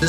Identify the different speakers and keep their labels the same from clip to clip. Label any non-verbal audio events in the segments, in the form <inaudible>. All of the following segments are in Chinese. Speaker 1: 时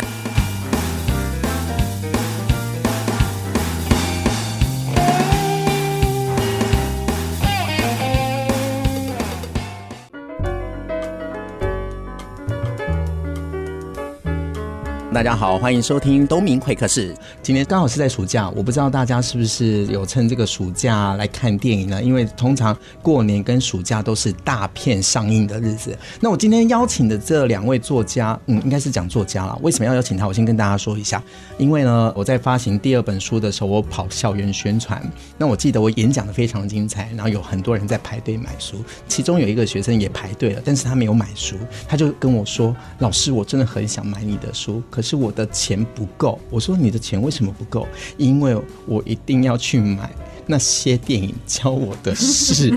Speaker 2: 大家好，欢迎收听东明会客室。今天刚好是在暑假，我不知道大家是不是有趁这个暑假来看电影呢？因为通常过年跟暑假都是大片上映的日子。那我今天邀请的这两位作家，嗯，应该是讲作家啦。为什么要邀请他？我先跟大家说一下，因为呢，我在发行第二本书的时候，我跑校园宣传。那我记得我演讲的非常精彩，然后有很多人在排队买书，其中有一个学生也排队了，但是他没有买书，他就跟我说：“老师，我真的很想买你的书，可是我的钱不够。”我说：“你的钱为什么不够？因为我一定要去买。”那些 <laughs> 电影教我的事，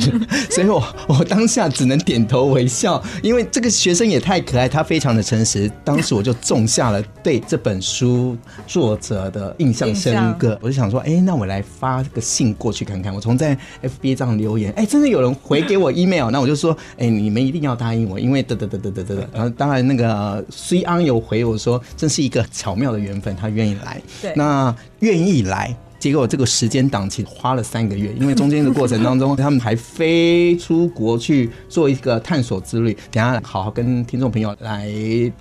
Speaker 2: 所以我我当下只能点头微笑，因为这个学生也太可爱，他非常的诚实。当时我就种下了对这本书作者的印象深刻，我就想说，哎、那我来发个信过去看看。我从在 FB 上留言，哎、真的有人回给我 email，那我就说，哎、你们一定要答应我，因为得得得得得得得。然后当然那个 C 安有回我说，真是一个巧妙的缘分，他愿意来。
Speaker 3: 对
Speaker 2: 那愿意来。结果这个时间档期花了三个月，因为中间的过程当中，他 <laughs> 们还飞出国去做一个探索之旅。等一下好好跟听众朋友来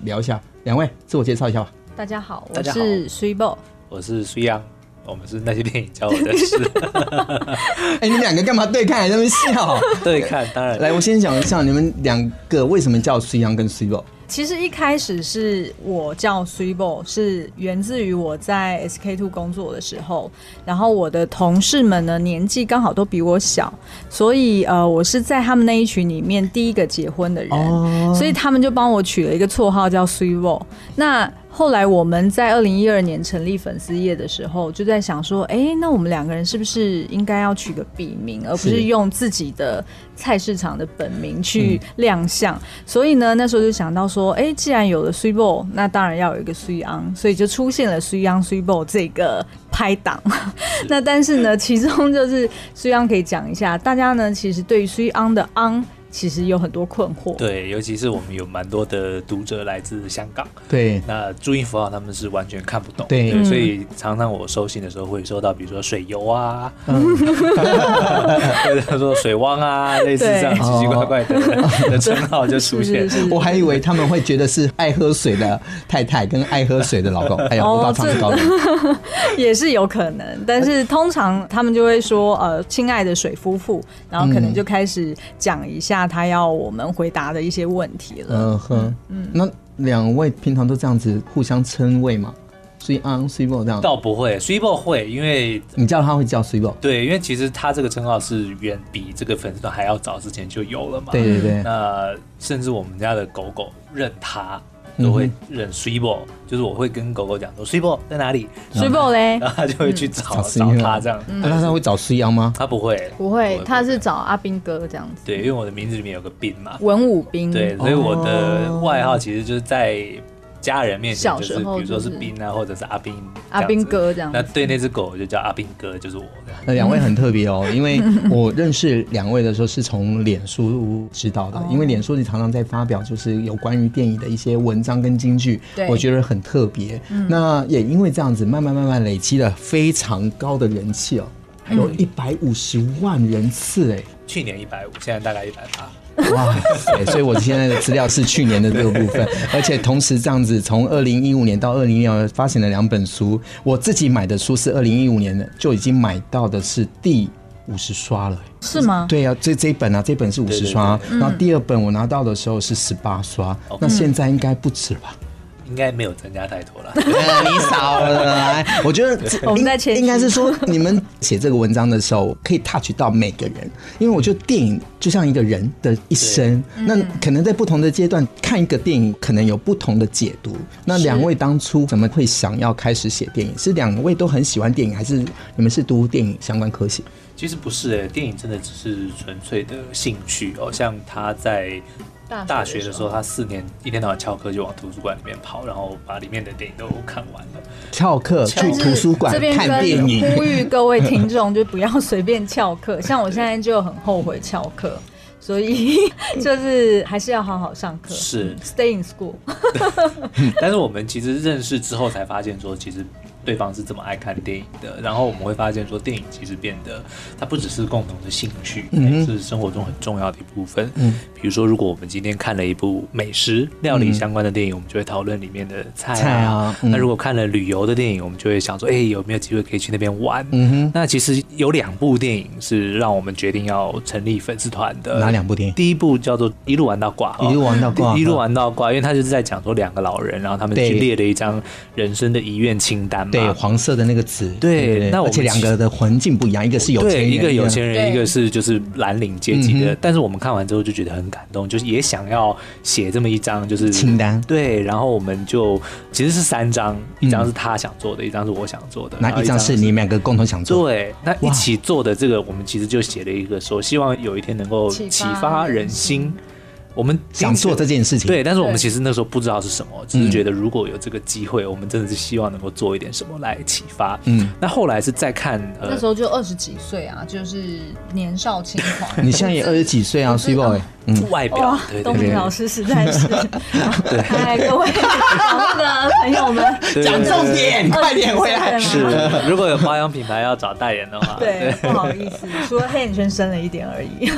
Speaker 2: 聊一下，两位自我介绍一下吧。
Speaker 4: 大家好，
Speaker 3: 大
Speaker 4: 我
Speaker 3: 家好
Speaker 4: 是 s u i b o
Speaker 3: 我是苏央，我们是那些电影教我的事。
Speaker 2: 哎，你们两个干嘛对看，还在那边笑？
Speaker 3: <laughs> 对，看当然
Speaker 2: 来，我先讲一下你们两个为什么叫 s u 跟 s u b o
Speaker 4: 其实一开始是我叫 s u i b o 是源自于我在 SK Two 工作的时候，然后我的同事们呢年纪刚好都比我小，所以呃我是在他们那一群里面第一个结婚的人，
Speaker 2: 哦
Speaker 4: 所以他们就帮我取了一个绰号叫 s u i b o 那后来我们在二零一二年成立粉丝业的时候，就在想说，哎、那我们两个人是不是应该要取个笔名，而不
Speaker 2: 是
Speaker 4: 是用自己的菜市场的本名去亮相？所以呢，那时候就想到说，哎、既然有了 s u i b o 那当然要有一个 s u i a n 所以就出现了 s u i a n s u i b o 这个拍档。 <laughs> 那但是呢，其中就是苏央可以讲一下，大家呢其实对于苏央的昂其实有很多困惑。
Speaker 3: 对，尤其是我们有蛮多的读者来自香港，
Speaker 2: 对，
Speaker 3: 那注音符号他们是完全看不懂，
Speaker 2: 对
Speaker 3: 所以常常我收信的时候会收到，比如说水油啊， <laughs> 或者说水汪啊，类似这样
Speaker 2: 对
Speaker 3: 奇奇怪怪 <laughs> 的的称号就出现
Speaker 4: 是。是
Speaker 2: 我
Speaker 4: 是。
Speaker 2: 还以为他们会觉得是爱喝水的太太跟爱喝水的老公。哎呀，
Speaker 4: 哦
Speaker 2: 我把唱
Speaker 4: 这
Speaker 2: 高了。
Speaker 4: <laughs> 也是有可能，但是通常他们就会说，呃，亲爱的水夫妇，然后可能就开始讲一下他要我们回答的一些问题了。
Speaker 2: 嗯哼，那两位平常都这样子互相称谓嘛？所以 on s u b o 这样，
Speaker 3: 倒不会 s u i b o 会，因为
Speaker 2: 你叫他会叫 s u b
Speaker 4: 嗯
Speaker 2: o
Speaker 3: 对，因为其实他这个称号是远比这个粉丝团还要早之前就有了嘛。
Speaker 2: 对对对，
Speaker 3: <laughs> 那甚至我们家的狗狗认它都会认 s u i b o 就是我会跟狗狗讲说 s u i b o 在哪里， <laughs>
Speaker 4: 水宝嘞
Speaker 3: 然，后它就会去找、
Speaker 2: 找
Speaker 3: 找
Speaker 2: Suibo
Speaker 3: 它这
Speaker 4: 嗯
Speaker 3: 样。
Speaker 2: 那他会找 s u y 吗？
Speaker 3: 它不会，
Speaker 4: 不会，他是找阿兵哥这样子，
Speaker 3: 对，因为我的名字里面有个病嘛，
Speaker 4: 文武兵。
Speaker 3: 对，所以我的外号其实就是在家人面前
Speaker 4: 小
Speaker 3: 就
Speaker 4: 时
Speaker 3: 是比
Speaker 4: 候
Speaker 3: 如说是
Speaker 4: 就是
Speaker 3: 兵啊，或者是阿兵
Speaker 4: 阿
Speaker 3: 这样
Speaker 4: 兵
Speaker 3: 子
Speaker 4: 哥这样子
Speaker 3: 那对那只狗我就叫阿兵哥，就是我这样。
Speaker 2: 那两位很特别哦，因为我认识两位的时候是从脸书知道的，因为脸书你常常在发表就是有关于电影的一些文章跟金句，
Speaker 4: 对
Speaker 2: 我觉得很特别。那也因为这样子，慢慢慢慢累积了非常高的人气哦，有一百五十万人次哎。
Speaker 3: 去年一百五，现在大概一百八。
Speaker 2: 哇塞！所以我现在的资料是去年的这个部分，而且同时这样子，从二零一五年到二零一二发行了两本书，我自己买的书是二零一五年的，就已经买到的是第五十刷了。
Speaker 4: 是吗？
Speaker 2: 对啊，这这一本啊，这本是五
Speaker 3: 对
Speaker 2: 十
Speaker 3: 对哦
Speaker 2: 刷，然后第二本我拿到的时候是十八刷，那现在应该不止吧？
Speaker 3: 应该没有增加太多了，
Speaker 2: 哎你少了，我觉得这
Speaker 4: 我们
Speaker 2: 应
Speaker 4: 在谦虚
Speaker 2: 应该是
Speaker 3: <laughs>
Speaker 2: 说，你们写这个文章的时候，可以 touch 到每个人，因为我觉得电影就像一个人的一生，那可能在不同的阶段看一个电影，可能有不同的解读。那两位当初怎么会想要开始写电影？是两位都很喜欢电影，还是你们是读电影相关科系？
Speaker 3: 其实不是诶、电影真的只是纯粹的兴趣哦。像他在大学的时候，他四年一天到晚翘课就往图书馆里面跑，然后把里面的电影都看完了。
Speaker 2: 翘课去
Speaker 3: 就是
Speaker 2: 图书馆
Speaker 4: 这边
Speaker 2: 看电影，
Speaker 4: <laughs> 跟呼吁各位听众就不要随便翘课，像我现在就很后悔翘课。所以 <laughs> 就是还是要好好上课，
Speaker 3: 是
Speaker 4: stay in school。
Speaker 3: 呃但是我们其实认识之后才发现说，其实对方是这么爱看电影的。然后我们会发现说，电影其实变得它不只是共同的兴趣，
Speaker 2: 嗯
Speaker 3: 也是生活中很重要的一部分。嗯，比如说，如果我们今天看了一部美食料理相关的电影，我们就会讨论里面的菜
Speaker 2: 嗯菜啊嗯
Speaker 3: 那如果看了旅游的电影，我们就会想说，哎、有没有机会可以去那边玩？
Speaker 2: 嗯哼，
Speaker 3: 那其实有两部电影是让我们决定要成立粉丝团的。
Speaker 2: 哪两部电影
Speaker 3: 第一部叫做《一路玩到挂》哦，
Speaker 2: 一路玩到挂
Speaker 3: <laughs> 一路玩到挂，因为他就是在讲说两个老人，然后他们
Speaker 2: 对
Speaker 3: 去列了一张人生的遗愿清单嘛。
Speaker 2: 对，黄色的那个字，
Speaker 3: 对那
Speaker 2: 而
Speaker 3: 我们
Speaker 2: 且两个的环境不一样，一个是有钱
Speaker 3: 对，
Speaker 2: 人，
Speaker 3: 一个有钱人，
Speaker 4: 对
Speaker 3: 一个是就是蓝领阶级
Speaker 2: 嗯
Speaker 3: 的
Speaker 2: 哼。
Speaker 3: 但是我们看完之后就觉得很感动，就是也想要写这么一张，就是
Speaker 2: 清单
Speaker 3: 对，然后我们就其实是三张，一张
Speaker 2: 嗯
Speaker 3: 是他想做的，一张是我想做的，然
Speaker 2: 那
Speaker 3: 后
Speaker 2: 一张是你们两个共同想做的，
Speaker 3: 对，那一
Speaker 2: 哇
Speaker 3: 起做的这个，我们其实就写了一个说，希望有一天能够
Speaker 4: 启
Speaker 3: 启
Speaker 4: 发
Speaker 3: 发
Speaker 4: 人
Speaker 3: 人心
Speaker 4: 心。
Speaker 3: 我们
Speaker 2: 想做这
Speaker 3: 件
Speaker 2: 件事情，
Speaker 3: 对，但是我们
Speaker 4: 对
Speaker 3: 其实那时候不知道是什么，只
Speaker 2: 嗯
Speaker 3: 是觉得如果有这个机会，我们真的是希望能够做一点什么来启发。
Speaker 2: 嗯，
Speaker 3: 那后来是再看
Speaker 4: 那
Speaker 3: 呃
Speaker 4: 时，候就二十几岁啊，就是年少轻狂。
Speaker 2: <laughs> 你现在也二十几岁啊
Speaker 4: 不是
Speaker 2: ，C boy，嗯，
Speaker 3: 外表
Speaker 4: 哇，
Speaker 3: 对，对
Speaker 4: 东明
Speaker 3: 对
Speaker 4: 老师实在
Speaker 3: <laughs>
Speaker 4: 是， <laughs> 嗨，各位访问的朋友们，
Speaker 3: 对讲重
Speaker 2: 点
Speaker 4: 快点回来
Speaker 3: 是，如果有保养品牌要找代言的话，
Speaker 4: 对，不好
Speaker 3: <laughs>
Speaker 4: 意思，除了黑眼圈深了一点而已。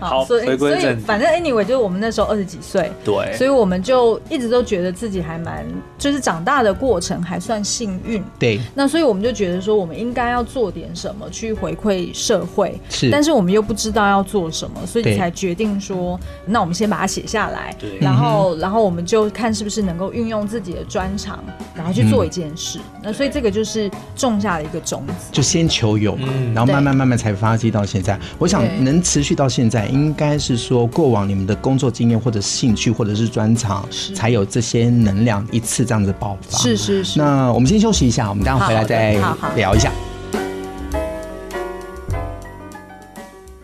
Speaker 3: 好
Speaker 4: 所以
Speaker 3: 回归
Speaker 4: 所以
Speaker 3: 正题
Speaker 4: 反正 anyway，就是我们那时候二十几岁，
Speaker 3: 对，
Speaker 4: 所以我们就一直都觉得自己还蛮，就是长大的过程还算幸运。
Speaker 2: 对，
Speaker 4: 那所以我们就觉得说，我们应该要做点什么去回馈社会，
Speaker 2: 是
Speaker 4: 但是我们又不知道要做什么，所
Speaker 2: 对
Speaker 4: 以才决定说，那我们先把它写下来
Speaker 3: 对，
Speaker 4: 然后，然后我们就看是不是能够运用自己的专长，然后去
Speaker 3: 嗯
Speaker 4: 做一件事。那所以这个就是种下了一个种子。
Speaker 2: 就先求有嘛，
Speaker 3: 嗯
Speaker 2: 然后慢慢慢慢才发迹到现在。我想
Speaker 4: 对
Speaker 2: 能持续到现在，应该是说过往你们的工作经验或者兴趣或者是专长，
Speaker 4: 是
Speaker 2: 才有这些能量一次这样子爆发。
Speaker 4: 是。是是。
Speaker 2: 那我们先休息一下，我们待会回来
Speaker 4: 好的
Speaker 2: 再
Speaker 4: 好好
Speaker 2: 聊一下。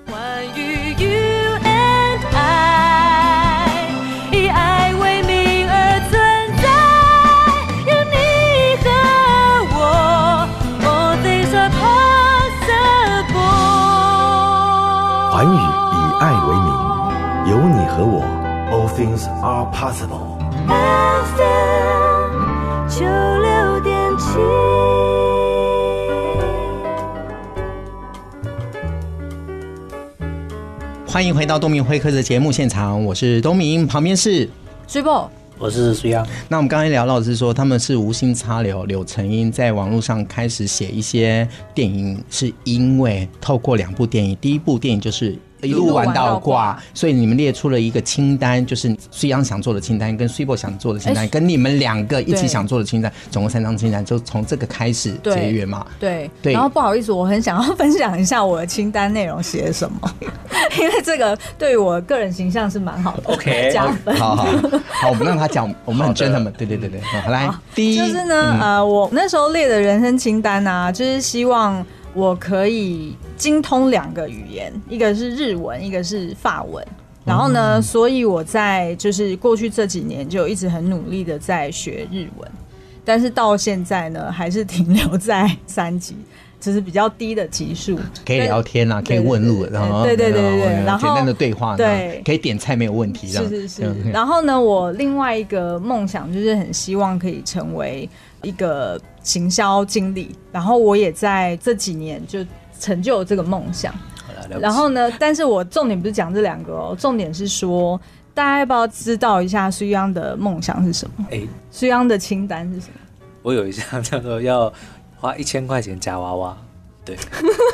Speaker 5: 关于 You and I，以爱为名而存在，有你和我，All things are possible。
Speaker 6: 环宇以爱为名，有你和我，All things are possible。
Speaker 5: FM 九六点七。
Speaker 2: 欢迎回到东明会客的节目现场，我是东明，旁边是。
Speaker 4: 追梦
Speaker 3: 我是苏央，
Speaker 2: 那我们刚才聊到的是说，他们是无心插柳，柳成荫在网络上开始写一些电影，是因为透过两部电影，第一部电影就是。一路玩到挂，所以你们列出了一个清单，就是虽阳想做的清单，跟 s u p e 想做的清单，
Speaker 4: 哎
Speaker 2: 跟你们两个一起
Speaker 4: 对
Speaker 2: 想做的清单，总共三张清单，就从这个开始
Speaker 4: 对
Speaker 2: 节约嘛。
Speaker 4: 对，
Speaker 2: 对
Speaker 4: 然后不好意思，我很想要 <laughs> 分享一下我的清单内容写什么， <laughs> 因为这个对我个人形象是蛮好的
Speaker 3: OK
Speaker 4: 加分。
Speaker 2: 好好好，我们让他讲，我们很 gentleman，对对对对，好来，第一嗯
Speaker 4: 就是呢，呃，我那时候列的人生清单啊，就是希望我可以精通两个语言，一个是日文，一个是法文。然后呢，
Speaker 2: 哦
Speaker 4: 所以我在就是过去这几年就一直很努力的在学日文，但是到现在呢，还是停留在三级，就是比较低的级数。
Speaker 2: 可以聊天啊啦，可以问路，哦然后
Speaker 4: 对对对对对，然后
Speaker 2: 简单的对话，
Speaker 4: 对
Speaker 2: 可以点菜没有问题，这样
Speaker 4: 是是是
Speaker 2: 嗯。
Speaker 4: 然后呢，我另外一个梦想就是很希望可以成为一个行销经理，然后我也在这几年就成就了这个梦想。
Speaker 3: 好了了不
Speaker 4: 然
Speaker 3: 起
Speaker 4: 后呢，但是我重点不是讲这两个哦，重点是说大家要不要知道一下苏央的梦想是什么？
Speaker 3: 哎，
Speaker 4: 苏央的清单是什么？
Speaker 3: 我有一项叫做要花一千块钱夹娃娃，对，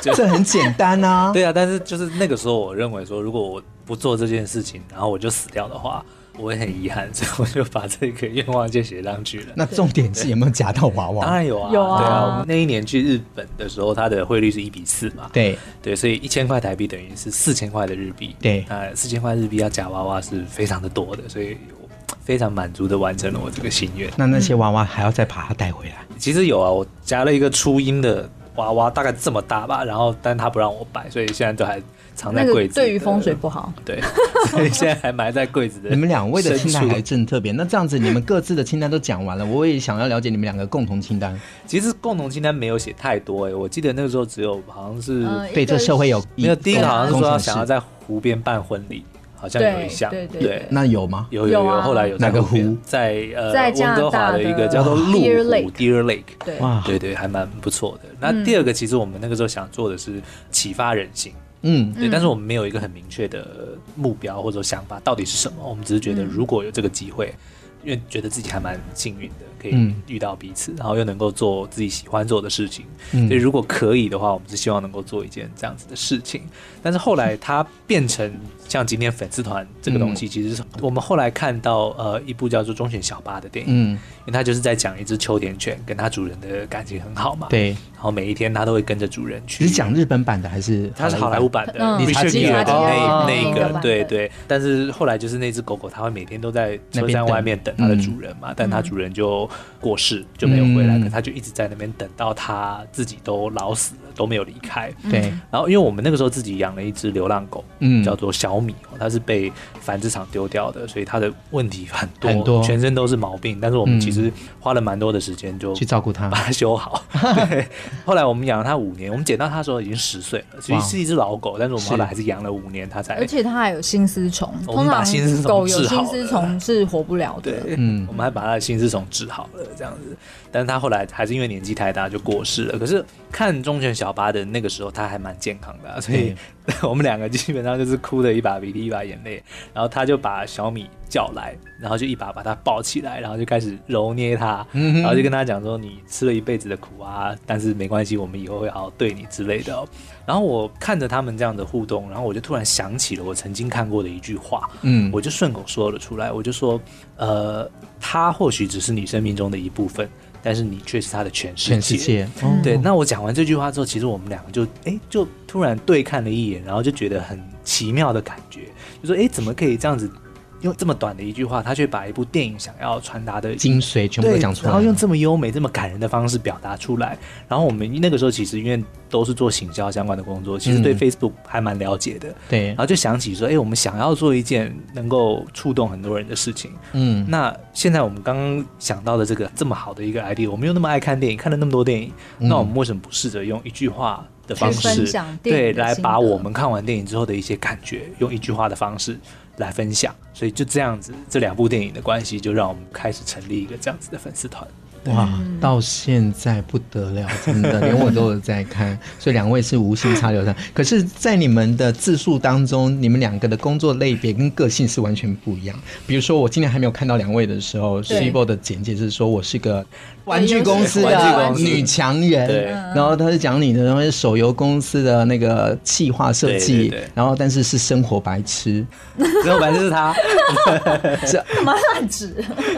Speaker 3: 就
Speaker 2: 这很简单啊。
Speaker 3: <laughs> 对啊，但是就是那个时候，我认为说，如果我不做这件事情，然后我就死掉的话，我会很遗憾，所以我就把这个愿望就写上去了。
Speaker 2: 那重点是有没有夹到娃
Speaker 3: 当
Speaker 2: 娃？
Speaker 3: 然有啊，
Speaker 4: 有啊
Speaker 3: 对啊，我们那一年去日本的时候，它的汇率是一比四嘛，
Speaker 2: 对，
Speaker 3: 对，所以一千块台币等于是四千块的日币，
Speaker 2: 对
Speaker 3: 那四千块日币要夹娃娃是非常的多的，所以我非常满足的完成了我这个心愿。
Speaker 2: 那那些娃娃还要再把它带回来。
Speaker 3: 其实有啊，我夹了一个初音的娃娃，大概这么大吧，然后但他不让我摆，所以现在都还藏
Speaker 4: 那
Speaker 3: 在
Speaker 4: 个
Speaker 3: 哦柜子。
Speaker 4: 对于风水不好。
Speaker 3: 对， <laughs> 所以现在还埋在柜子的。
Speaker 2: 你们两位的清单
Speaker 3: 深处
Speaker 2: 还真特别。那这样子，你们各自的清单都讲完了，我也想要了解你们两个共同清单。
Speaker 3: 其实共同清单没有写太多哎、我记得那个时候只有好像哎是、
Speaker 4: 嗯
Speaker 2: 对这社会有
Speaker 3: 没有第一个好像是说要想要
Speaker 2: 在
Speaker 3: 在湖边办婚礼，好像有一项
Speaker 4: 对对对
Speaker 2: 那有吗？
Speaker 3: 有有
Speaker 4: 有啊
Speaker 3: 后来有在
Speaker 2: 哪个湖
Speaker 3: 那边在
Speaker 4: 在
Speaker 3: 呃
Speaker 4: 加
Speaker 3: 温
Speaker 4: 拿
Speaker 3: 哥华
Speaker 4: 大的
Speaker 3: 的一个叫做鹿湖
Speaker 4: Deer Lake 嗯
Speaker 3: Deer Lake，
Speaker 4: 对，
Speaker 2: 哇
Speaker 3: 对对，还蛮不错的。那第二个，其实我们那个时候想做的是启发人心，
Speaker 2: 嗯，
Speaker 3: 对，但是我们没有一个很明确的目标或者想法到底是什么，我们只是
Speaker 2: 嗯
Speaker 3: 觉得如果有这个机会，因为觉得自己还蛮幸运的，可以
Speaker 2: 嗯
Speaker 3: 遇到彼此，然后又能够做自己喜欢做的事情，
Speaker 2: 嗯
Speaker 3: 所以如果可以的话，我们是希望能够做一件这样子的事情。但是后来它变成像今天粉丝团这个
Speaker 2: 嗯
Speaker 3: 东西，其实是我们后来看到呃一部叫做《忠犬小八》的电影，
Speaker 2: 嗯，
Speaker 3: 因为它就是在讲一只秋田犬跟它主人的感情很好嘛，，
Speaker 2: 对，
Speaker 3: 然后每一天它都会跟着主人去
Speaker 2: 只是讲日本版的还是？
Speaker 3: 它是好莱坞版的
Speaker 4: 嗯
Speaker 3: Richard
Speaker 2: 理
Speaker 3: Gere
Speaker 2: 查
Speaker 3: 的
Speaker 2: 基尔
Speaker 3: 那
Speaker 2: 哦
Speaker 3: 那一
Speaker 4: 那个
Speaker 3: 个
Speaker 4: 版，
Speaker 3: 对
Speaker 4: 本
Speaker 3: 对。但是后来就是那只狗狗，它会每天都在
Speaker 2: 那
Speaker 3: 车
Speaker 2: 边
Speaker 3: 站
Speaker 2: 等
Speaker 3: 外面等它的主人嘛，但它主人就过世，就没有回来，
Speaker 2: 嗯
Speaker 3: 可它就一直在那边等到它自己都老死了都没有离开。
Speaker 2: 对，
Speaker 3: 然后，因为我们那个时候自己养了一只流浪狗，
Speaker 2: 嗯
Speaker 3: 叫做小米，哦它是被繁殖场丢掉的，所以它的问题很多，
Speaker 2: 很多
Speaker 3: 全身都是毛病。但是我们
Speaker 2: 嗯
Speaker 3: 其实花了蛮多的时间就
Speaker 2: 去照顾它
Speaker 3: 把。它修好。对，后来我们养了它五年，我们捡到它的时候已经十岁了，其
Speaker 2: 哇
Speaker 3: 实是一只老狗，但是我们
Speaker 2: 是
Speaker 3: 后来还是养了五年，它才
Speaker 4: 而且它还有心丝虫，
Speaker 3: 我们
Speaker 4: 通
Speaker 3: 哦把
Speaker 4: 常
Speaker 3: 心丝虫
Speaker 4: 狗有
Speaker 3: 治好
Speaker 4: 心
Speaker 3: 了
Speaker 4: 丝虫是活不了的。
Speaker 3: 对，
Speaker 2: 嗯
Speaker 3: 我们还把它的心丝虫治好了这样子。但是它后来还是因为年纪太大就过世了。可是看忠犬小八的那个时候，它还蛮健康的啊、所以 <laughs> 我们两个基本上就是哭的一把鼻涕一把眼泪。然后他就把小米叫来，然后就一把把它抱起来，然后就开始揉捏它，
Speaker 2: 嗯哼
Speaker 3: 然后就跟他讲说：“你吃了一辈子的苦啊，但是没关系，我们以后会好好对你之类的哦、然后我看着他们这样的互动，然后我就突然想起了我曾经看过的一句话，
Speaker 2: 嗯
Speaker 3: 我就顺口说了出来，我就说，呃，它或许只是你生命中的一部分，但是你却是它的全世界。
Speaker 2: 全世界，哦
Speaker 3: 对，那我讲完这句话之后，其实我们两个就哎，就突然对看了一眼，然后就觉得很奇妙的感觉，就说哎，怎么可以这样子，用这么短的一句话，他却把一部电影想要传达的
Speaker 2: 精髓全部都
Speaker 3: 对，
Speaker 2: 讲出来了，
Speaker 3: 然后用这么优美、这么感人的方式表达出来。然后我们那个时候其实因为都是做行销相关的工作，其实对
Speaker 2: 嗯
Speaker 3: Facebook 还蛮了解的。
Speaker 2: 对
Speaker 3: 然，后就想起说，哎、我们想要做一件能够触动很多人的事情。
Speaker 2: 嗯，
Speaker 3: 那现在我们刚刚想到的这个这么好的一个 idea，我们又那么爱看电影，看了那么多电影，那我们为什么不试着用一句话的方
Speaker 4: 去分
Speaker 3: 式
Speaker 4: 享，电影
Speaker 3: 对，
Speaker 4: 的
Speaker 3: 来
Speaker 4: 心
Speaker 3: 把
Speaker 4: 得
Speaker 3: 我们看完电影之后的一些感觉，用一句话的方式来分享？所以就这样子，这两部电影的关系，就让我们开始成立一个这样子的粉丝团。
Speaker 2: 哇，
Speaker 3: 嗯
Speaker 2: 到现在不得了，真的， <laughs> 连我都有在看，所以两位是无心插柳的。可是，在你们的自述当中，你们两个的工作类别跟个性是完全不一样。比如说，我今天还没有看到两位的时候 s
Speaker 4: 对
Speaker 2: i b o 的简介是说我是个玩具公司
Speaker 3: 对玩具
Speaker 2: 的
Speaker 3: 公司
Speaker 2: 女强人，
Speaker 3: 对
Speaker 2: 然后他是讲你的，然后是手游公司的那个企划设
Speaker 3: 对
Speaker 2: 计
Speaker 3: 对对，
Speaker 2: 然后但是是生活白痴，
Speaker 3: 然后反正就是他，
Speaker 2: 是
Speaker 4: 蛮烂纸，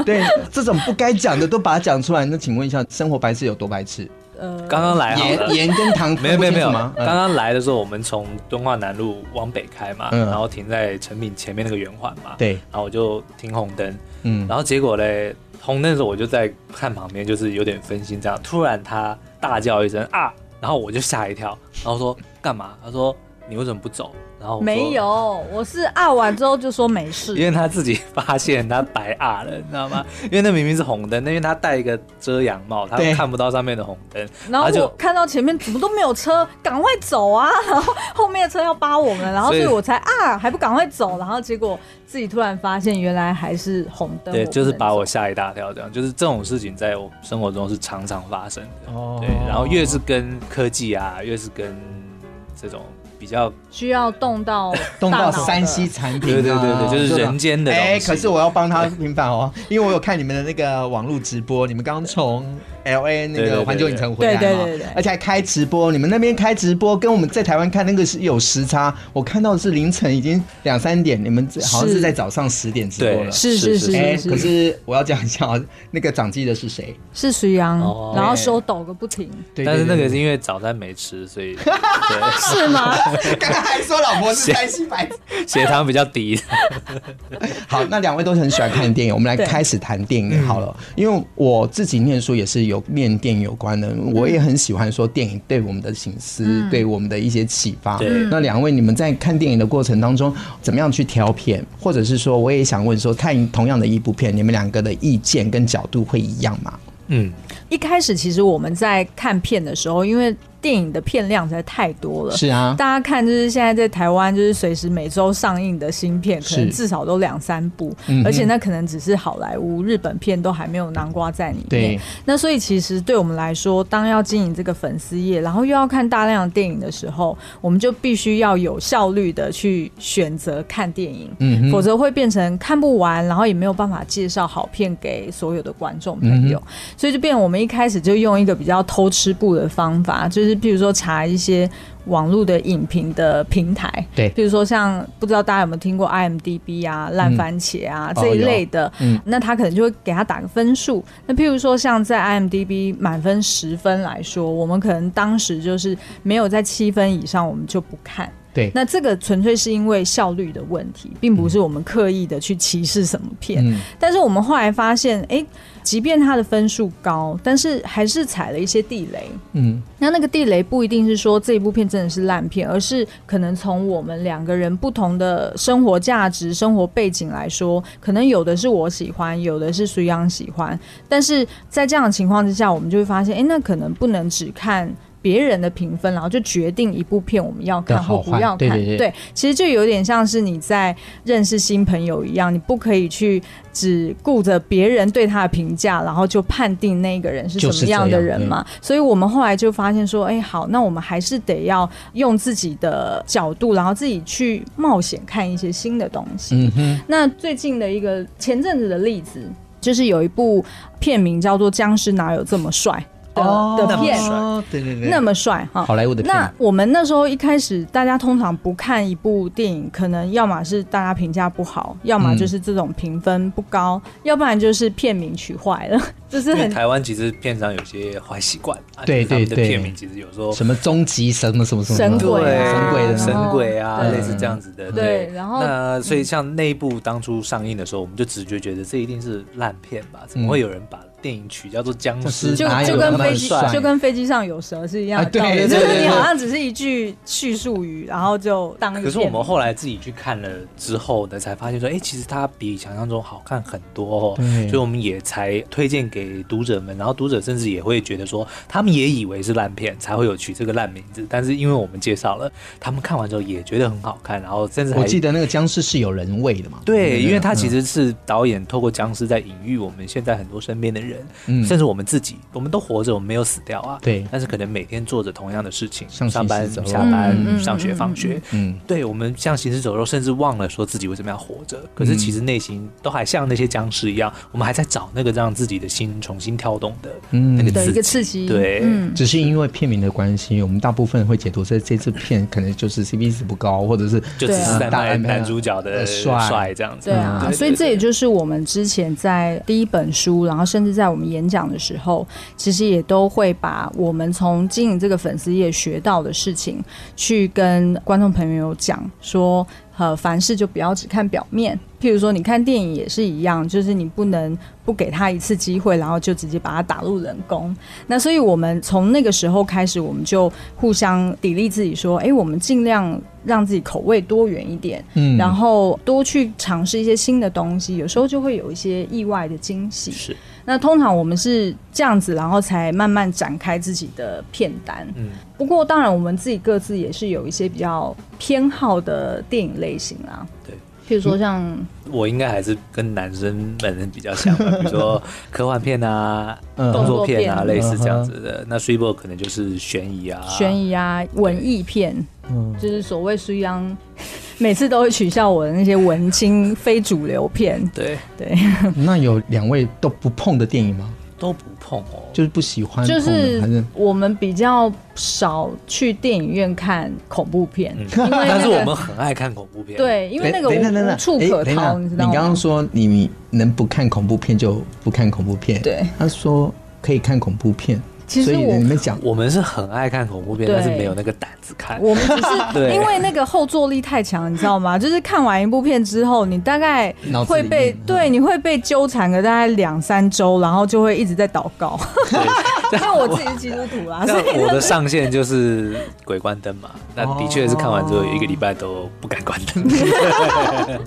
Speaker 2: 对这种不该讲的都把它讲出来。那请问一下，生活白痴有多白痴？
Speaker 4: 呃，
Speaker 3: 刚刚来好了
Speaker 2: 盐。盐跟糖
Speaker 3: 没有没有没有，嗯
Speaker 2: 吗嗯
Speaker 3: 刚？刚来的时候，我们从敦化南路往北开嘛，
Speaker 2: 嗯
Speaker 3: 然后停在成品前面那个圆环嘛，
Speaker 2: 对
Speaker 3: 然后我就停红灯，
Speaker 2: 嗯
Speaker 3: 然后结果嘞，红灯的时候我就在看旁边，就是有点分心这样，突然他大叫一声啊，然后我就吓一跳，然后说干嘛？他说你为什么不走？然后我说
Speaker 4: 没有，，我是按完之后就说没
Speaker 3: 因
Speaker 4: 事，
Speaker 3: 为他自己发现他白啊了，你知道吗？因为那明明是红灯，那因为他戴一个遮阳帽，他
Speaker 2: 对
Speaker 3: 看不到上面的红灯，
Speaker 4: 然后
Speaker 3: 他就
Speaker 4: 我看到前面怎么都没有车，赶快走啊！ <laughs> 然后后面的车要扒我们，然后
Speaker 3: 所
Speaker 4: 所
Speaker 3: 以
Speaker 4: 以我才啊，还不赶快走，然后结果自己突然发现原来还是红灯，
Speaker 3: 对，
Speaker 4: 不
Speaker 3: 就是
Speaker 4: 能
Speaker 3: 把
Speaker 4: 走
Speaker 3: 我吓一大跳，这样就是这种事情在我生活中是常常发生的。
Speaker 2: 哦
Speaker 3: 对，然后越是跟科技啊，越是跟这种比较，
Speaker 4: 需要动到
Speaker 2: <laughs> 动
Speaker 4: 大
Speaker 2: 到
Speaker 4: 脑的
Speaker 2: 山西产品、啊，
Speaker 3: 对对对对，就是人间的东西。
Speaker 2: 哎、可是我要帮他平反哦，因为我有看你们的那个网络直播，你们刚从 L A 那
Speaker 3: 对对对
Speaker 2: 个
Speaker 3: 对
Speaker 2: 环球影城回来嘛，
Speaker 4: 对对对对对
Speaker 2: 而且还开直播，你们那边开直播跟我们在台湾看那个是有时差，我看到的是凌晨已经两三点，你们好像是
Speaker 4: 是
Speaker 2: 在早上十点直播了
Speaker 3: 对。
Speaker 4: 是
Speaker 3: 是
Speaker 4: 是
Speaker 3: 是
Speaker 4: 是
Speaker 2: 哎、
Speaker 4: 是
Speaker 2: 可是我要讲一下哦，那个掌机的是谁？
Speaker 4: 是徐阳
Speaker 3: 哦，
Speaker 4: 然后手抖个不停，
Speaker 2: 对
Speaker 3: 但是那个是
Speaker 2: 对
Speaker 3: 因为早餐没吃，所以对
Speaker 4: 是吗？
Speaker 2: 对 <laughs> 刚刚还说老婆是山西白痴
Speaker 3: <laughs> 血糖比较低。
Speaker 4: <laughs>
Speaker 2: 好，那两位都是很喜欢看电影，我们来
Speaker 4: 对嗯
Speaker 2: 开始谈电影好了。因为我自己念书也是有有面电影有关的，
Speaker 4: 嗯
Speaker 2: 我也很喜欢说电影对我们的醒思，对我们的一些启发。
Speaker 3: 对
Speaker 2: 那两位你们在看电影的过程当中，怎么样去挑片，或者是说，我也想问说，看同样的一部片，你们两个的意见跟角度会一样
Speaker 4: <laughs>
Speaker 2: 吗？
Speaker 3: 嗯，
Speaker 4: 一开始其实我们在看片的时候，因为电影的片量实在太多了，
Speaker 2: 是啊
Speaker 4: 大家看就是现在在台湾就是随时每周上映的新片，可能
Speaker 2: 是嗯
Speaker 4: 至少都两三部，而且那可能只是好莱坞、日本片都还没有南瓜在里面
Speaker 2: 对。
Speaker 4: 那所以其实对我们来说，当要经营这个粉丝业，然后又要看大量的电影的时候，我们就必须要有效率的去选择看电影，
Speaker 2: 嗯
Speaker 4: 否则会变成看不完，然后也没有办法介绍好片给所有的观众朋
Speaker 2: 嗯
Speaker 4: 友。所以就变我们一开始就用一个比较偷吃步的方法，就是譬如说查一些网络的影评的平台，
Speaker 2: 对嗯
Speaker 4: 譬如说像不知道大家有没有听过 IMDB 啊、烂番茄啊、
Speaker 2: 哦
Speaker 4: 这一类的，
Speaker 2: 嗯
Speaker 4: 那他可能就会给他打个分数。那譬如说像在 IMDB 满分十分来说，我们可能当时就是没有在七分以上，我们就不看。
Speaker 2: 对，
Speaker 4: 那这个纯粹是因为效率的问题，并不是我们刻意的去歧视什么片。
Speaker 2: 嗯
Speaker 4: 但是我们后来发现，诶，即便它的分数高，但是还是踩了一些地雷。
Speaker 2: 嗯，
Speaker 4: 那那个地雷不一定是说这一部片真的是烂片，而是可能从我们两个人不同的生活价值、生活背景来说，可能有的是我喜欢，有的是隋阳喜欢。但是在这样的情况之下，我们就会发现，诶，那可能不能只看。别人的评分，然后就决定一部片我们要看
Speaker 2: 的好
Speaker 4: 或
Speaker 2: 坏
Speaker 4: 不要看。
Speaker 2: 对对对
Speaker 4: 其实就有点像是你在认识新朋友一样，你不可以去只顾着别人对他的评价，然后就判定那个人是什么样的人嘛。啊所以我们后来就发现说，哎、好，那我们还是得要用自己的角度，然后自己去冒险看一些新的东西。
Speaker 2: 嗯哼，
Speaker 4: 那最近的一个前阵子的例子，就是有一部片名叫做《僵尸哪有这么帅》的、的片，
Speaker 2: 哦，对对对，
Speaker 4: 那么帅哈，
Speaker 2: 好莱坞的片，
Speaker 4: 那我们那时候一开始，大家通常不看一部电影，可能要么是大家评价不好，要么就是这种评分不高，要不然就是片名取坏了， <laughs> 就是
Speaker 3: 因为
Speaker 4: 很
Speaker 3: 台湾其实片商有些坏习惯，啊
Speaker 2: 对
Speaker 3: 就是他们的
Speaker 2: 对对
Speaker 3: 片名其实有时候
Speaker 2: 什么终极什么什么什么
Speaker 4: 神鬼
Speaker 3: 对
Speaker 4: 啊
Speaker 2: 神鬼的
Speaker 4: 然后
Speaker 3: 神鬼啊，
Speaker 4: 对
Speaker 3: 类似这样子的。
Speaker 4: 对然后嗯
Speaker 3: 那所以像那一部当初上映的时候，我们就直觉觉得这一定是烂片吧？怎么会有人把电影取叫做僵尸？
Speaker 4: 就
Speaker 2: 嗯哪有
Speaker 4: 就
Speaker 2: 那
Speaker 4: 跟
Speaker 2: 么
Speaker 4: 飞机
Speaker 2: 帅
Speaker 4: 就跟飞机上有蛇是一样的
Speaker 2: 啊对
Speaker 4: 道理，
Speaker 2: 对
Speaker 4: 就
Speaker 2: 对
Speaker 4: 是你
Speaker 2: 对
Speaker 4: 好像只是一句叙述语，然后就当一个
Speaker 3: 可是我
Speaker 4: 片名
Speaker 3: 们后来自己去看了之后呢，才发现说，哎、其实它比想象中好看很多哦。
Speaker 2: 对
Speaker 3: 所以我们也才推荐给读者们，然后读者甚至也会觉得说，他们也以为是烂片，才会有取这个烂名字。但是因为我们介绍了，他们看完之后也觉得很好看，然后甚至还
Speaker 2: 我记得那个僵尸是有人味的嘛？
Speaker 3: 对，因为他其
Speaker 2: 实
Speaker 3: 实是导演透过僵尸在隐喻我们现在很多身边的人，
Speaker 2: 嗯
Speaker 3: 甚至我们自己，我们都活着，我们没有死掉啊。
Speaker 2: 对
Speaker 3: 但是可能每天做着同样的事情，
Speaker 2: 像
Speaker 3: 上班、
Speaker 2: 行尸走肉
Speaker 3: 下班、
Speaker 4: 嗯嗯
Speaker 3: 上学、
Speaker 4: 嗯
Speaker 3: 放学。
Speaker 2: 嗯
Speaker 3: 对我们像行尸走肉，甚至忘了说自己为什么要活着。
Speaker 2: 嗯
Speaker 3: 可是其实内心都还像那些僵尸一样，我们还在找那个让自己的心重新跳动的
Speaker 2: 嗯
Speaker 3: 那个
Speaker 4: 的一
Speaker 3: 刺
Speaker 4: 个
Speaker 3: 激。
Speaker 4: 刺激，
Speaker 3: 对
Speaker 4: 嗯。
Speaker 2: 只是因为片名的关系，我们大部分会解读这这次片可能就是 CP 值不高，或者是
Speaker 3: 就只是在
Speaker 2: 啊大
Speaker 3: 卖
Speaker 2: 安排
Speaker 3: 男主角的
Speaker 2: 呃帅
Speaker 3: 帅这样子，
Speaker 4: 对啊，
Speaker 3: 嗯
Speaker 4: 所以这也就是我们之前在第一本书，然后甚至在我们演讲的时候，其实也都会把我们从经营这个粉丝业学到的事情，去跟观众朋友讲说。呃，凡事就不要只看表面。譬如说，你看电影也是一样，就是你不能不给他一次机会，然后就直接把他打入冷宫。那所以，我们从那个时候开始，我们就互相砥砺自己，说：，诶，我们尽量让自己口味多元一点，
Speaker 2: 嗯，
Speaker 4: 然后多去尝试一些新的东西，有时候就会有一些意外的惊喜。
Speaker 3: 是，
Speaker 4: 那通常我们是这样子，然后才慢慢展开自己的片单。
Speaker 3: 嗯，
Speaker 4: 不过当然我们自己各自也是有一些比较偏好的电影类型啦。
Speaker 3: 对，
Speaker 4: 譬如说像、
Speaker 3: 我应该还是跟男生们比较像吧，比
Speaker 2: <laughs>
Speaker 3: 如说科幻片啊、
Speaker 2: 嗯
Speaker 3: 动作片啊，
Speaker 4: 动作片
Speaker 3: 类似这样子的。那 s u p e r 可能就是悬疑啊，
Speaker 4: 悬疑啊、文艺片，
Speaker 2: 嗯
Speaker 4: 就是所谓苏央， <laughs> 每次都会取笑我的那些文青非主流片。
Speaker 3: 对
Speaker 4: 对，
Speaker 2: <laughs> 那有两位都不碰的电影吗？
Speaker 3: 都不碰哦。
Speaker 2: 就是不喜欢
Speaker 4: 就
Speaker 2: 碰的，还
Speaker 4: 是
Speaker 2: 是
Speaker 4: 我们比较少去电影院看恐怖片，
Speaker 3: 嗯
Speaker 4: <laughs> 因为那个
Speaker 3: 但是我们很爱看恐怖片，，
Speaker 4: 对，因为那个
Speaker 2: 等等哎等
Speaker 4: 无无
Speaker 2: 等
Speaker 4: 处
Speaker 2: 诶
Speaker 4: 可
Speaker 2: 等一下
Speaker 4: 逃，你知道
Speaker 2: 你刚
Speaker 4: 吗
Speaker 2: 刚？说你你能不看恐怖片就不看恐怖片，
Speaker 4: 对
Speaker 2: 他说可以看恐怖片，
Speaker 4: 其
Speaker 2: 所
Speaker 4: 实
Speaker 2: 以
Speaker 4: 我
Speaker 2: 你们讲
Speaker 3: 我们是很爱看恐怖片，
Speaker 4: 对
Speaker 3: 但是没有那个胆子看。 <laughs>
Speaker 4: 我们只是
Speaker 2: <laughs>
Speaker 3: 对
Speaker 4: 因为那个后坐力太强，你知道吗？就是看完一部片之后，你大概
Speaker 2: 脑子里
Speaker 4: 会
Speaker 2: 面
Speaker 4: 被对，你会被纠缠个大概两三周，然后就会一直在祷告。 <laughs> 因为我自己是基督徒啦，所
Speaker 3: 但
Speaker 4: 以
Speaker 3: 我的上限就是鬼关灯
Speaker 4: <laughs>
Speaker 3: 嘛，那的确是看完之后有一个礼拜都不敢关灯。
Speaker 4: 哦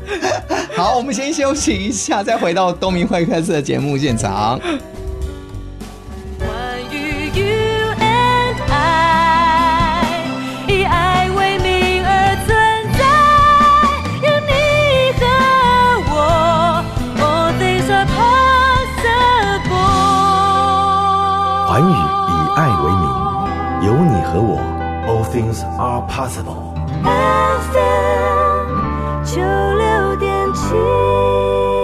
Speaker 2: 好，我们先休息一下，再回到东明会客室的节目现场。
Speaker 5: 关于 you and I，以爱为名而存在，有你和我，All things are possible。
Speaker 6: 环宇以爱为名，有你和我，All things are possible。
Speaker 5: FM 九六点七。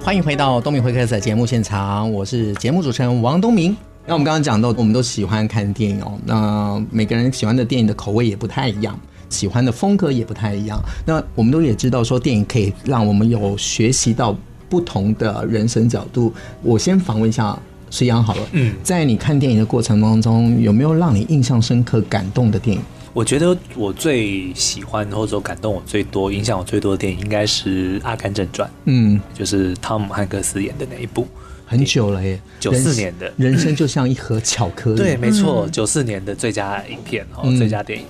Speaker 2: 欢迎回到东明会客室的节目现场，我是节目主持人王东明。那我们刚刚讲到，我们都喜欢看电影哦。那每个人喜欢的电影的口味也不太一样，喜欢的风格也不太一样。那我们都也知道说，电影可以让我们有学习到不同的人生角度。我先访问一下隋阳好了。
Speaker 3: 嗯
Speaker 2: 在你看电影的过程当中，有没有让你印象深刻、感动的电影？
Speaker 3: <laughs> 我觉得我最喜欢或者说感动我最多、影响我最多的电影应该是《阿甘正传
Speaker 2: 嗯，》，
Speaker 3: 就是汤姆汉克斯演的那一部。
Speaker 2: 很久了耶，
Speaker 3: 94年的
Speaker 2: 人生就像一盒巧克力。
Speaker 3: 对，没错，九四年的最佳影片哦，
Speaker 2: 嗯
Speaker 3: 最佳电影。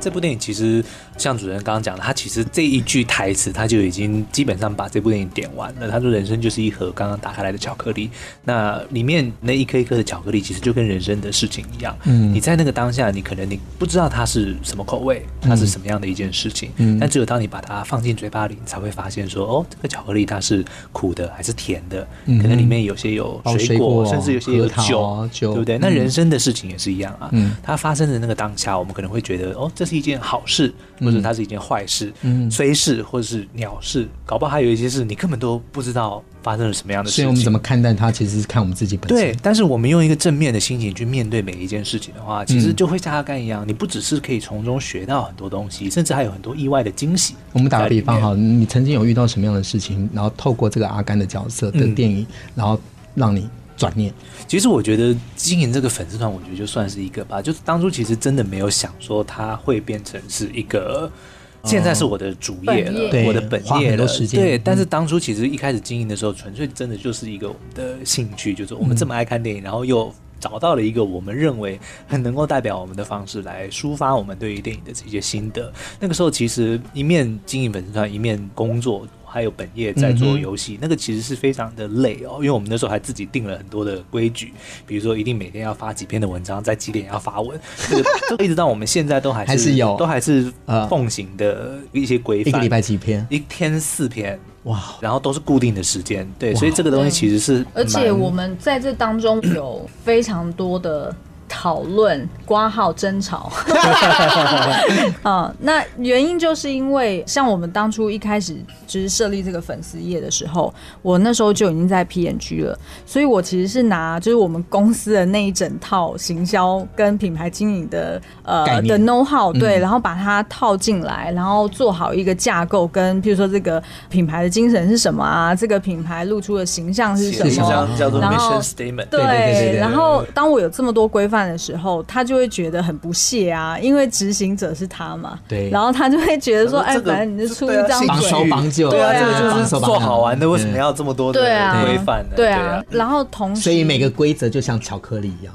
Speaker 3: 这部电影其实像主持人刚刚讲的，他其实这一句台词，他就已经基本上把这部电影点完了。他说：“人生就是一盒刚刚打开来的巧克力，那里面那一颗一颗的巧克力，其实就跟人生的事情一样。
Speaker 2: 嗯
Speaker 3: 你在那个当下，你可能你不知道它是什么口味，它是什么样的一件事情，
Speaker 2: 嗯
Speaker 3: 但只有当你把它放进嘴巴里，你才会发现说，哦，这个巧克力它是苦的还是甜的？
Speaker 2: 嗯
Speaker 3: 可能里面有些有
Speaker 2: 哦水
Speaker 3: 水果，
Speaker 2: 果
Speaker 3: 甚至有些有
Speaker 2: 核桃
Speaker 3: 酒，
Speaker 2: 酒
Speaker 3: 对不对？那
Speaker 2: 嗯
Speaker 3: 人生的事情也是一样啊。
Speaker 2: 嗯
Speaker 3: 它发生的那个当下，我们可能会觉得，哦，这是一件好事，或者它是一件坏事，
Speaker 2: 嗯
Speaker 3: 虽事或者是鸟事，搞不好还有一些事你根本都不知道发生了什么样的
Speaker 2: 所
Speaker 3: 事情。
Speaker 2: 以我们怎么看待它，其实是看我们自己本身。
Speaker 3: 对，但是我们用一个正面的心情去面对每一件事情的话，其实
Speaker 2: 嗯
Speaker 3: 就会像阿甘一样，你不只是可以从中学到很多东西，甚至还有很多意外的惊喜。
Speaker 2: 我们打个比方哈，，你曾经有遇到什么样的事情，然后透过这个阿甘的角色的电
Speaker 3: 嗯
Speaker 2: 影，然后让你转念？
Speaker 3: 其实我觉得经营这个粉丝团，我觉得就算是一个吧。就是当初其实真的没有想说它会变成是一个，现在是我的主业
Speaker 4: 本业
Speaker 3: 了，
Speaker 2: 对
Speaker 3: 我的本
Speaker 2: 花
Speaker 3: 业
Speaker 2: 很多
Speaker 3: 了。
Speaker 2: 时间
Speaker 3: 对，
Speaker 2: 嗯
Speaker 3: 但是当初其实一开始经营的时候，纯粹真的就是一个我们的兴趣，就是我们这么爱看电影，然后又。找到了一个我们认为很能够代表我们的方式来抒发我们对于电影的这些心得。那个时候其实一面经营粉丝团，一面工作，还有本业在
Speaker 2: 嗯
Speaker 3: 做
Speaker 2: 哼
Speaker 3: 游戏，那个其实是非常的累哦，因为我们那时候还自己定了很多的规矩，比如说一定每天要发几篇的文章，在几点要发文，这个这个一直到我们现在都还是
Speaker 2: 还是有
Speaker 3: 都还是
Speaker 2: 呃
Speaker 3: 奉行的一些规
Speaker 2: 一个
Speaker 3: 范，
Speaker 2: 礼拜几篇？
Speaker 3: 一天四篇，
Speaker 2: 哇，
Speaker 3: 然后都是固定的时间，对，
Speaker 2: 哇
Speaker 3: 所以这个东西其实是
Speaker 4: 嗯而且
Speaker 3: 蛮
Speaker 4: 我们在这当中有非常多的讨论、挂号、
Speaker 2: <laughs>
Speaker 4: 争吵。啊、那原因就是因为像我们当初一开始就是设立这个粉丝页的时候，我那时候就已经在 PNG 了，所以我其实是拿就是我们公司的那一整套行销跟品牌经营的
Speaker 2: 概
Speaker 4: 呃
Speaker 2: 念嗯
Speaker 4: 的 know how 对，然后把它套进来，然后做好一个架构，跟譬如说这个品牌的精神是什么啊，这个品牌露出的形象是什
Speaker 3: 写
Speaker 4: 么，
Speaker 3: 一张叫做
Speaker 4: 然后
Speaker 3: mission statement，
Speaker 4: 对
Speaker 2: 对对对对
Speaker 4: 然后当我有这么多规范的时候，他就会觉得很不屑啊，因为执行者是他嘛。
Speaker 2: 对
Speaker 4: 然后他就会觉得说，哎，
Speaker 3: 这个
Speaker 4: 反正你是出
Speaker 3: 对啊
Speaker 4: 一张
Speaker 3: 兴
Speaker 2: 绑
Speaker 3: 趣
Speaker 2: 手
Speaker 4: 嘴。
Speaker 2: 绑脚，
Speaker 3: 对啊，
Speaker 4: 对啊
Speaker 3: 这个就是做好玩的，为什么？要这么多的
Speaker 4: 对啊，
Speaker 3: 规范呢？
Speaker 4: 对啊，然后
Speaker 3: 嗯
Speaker 4: 同时，
Speaker 2: 所以每个规则就像巧克力一样，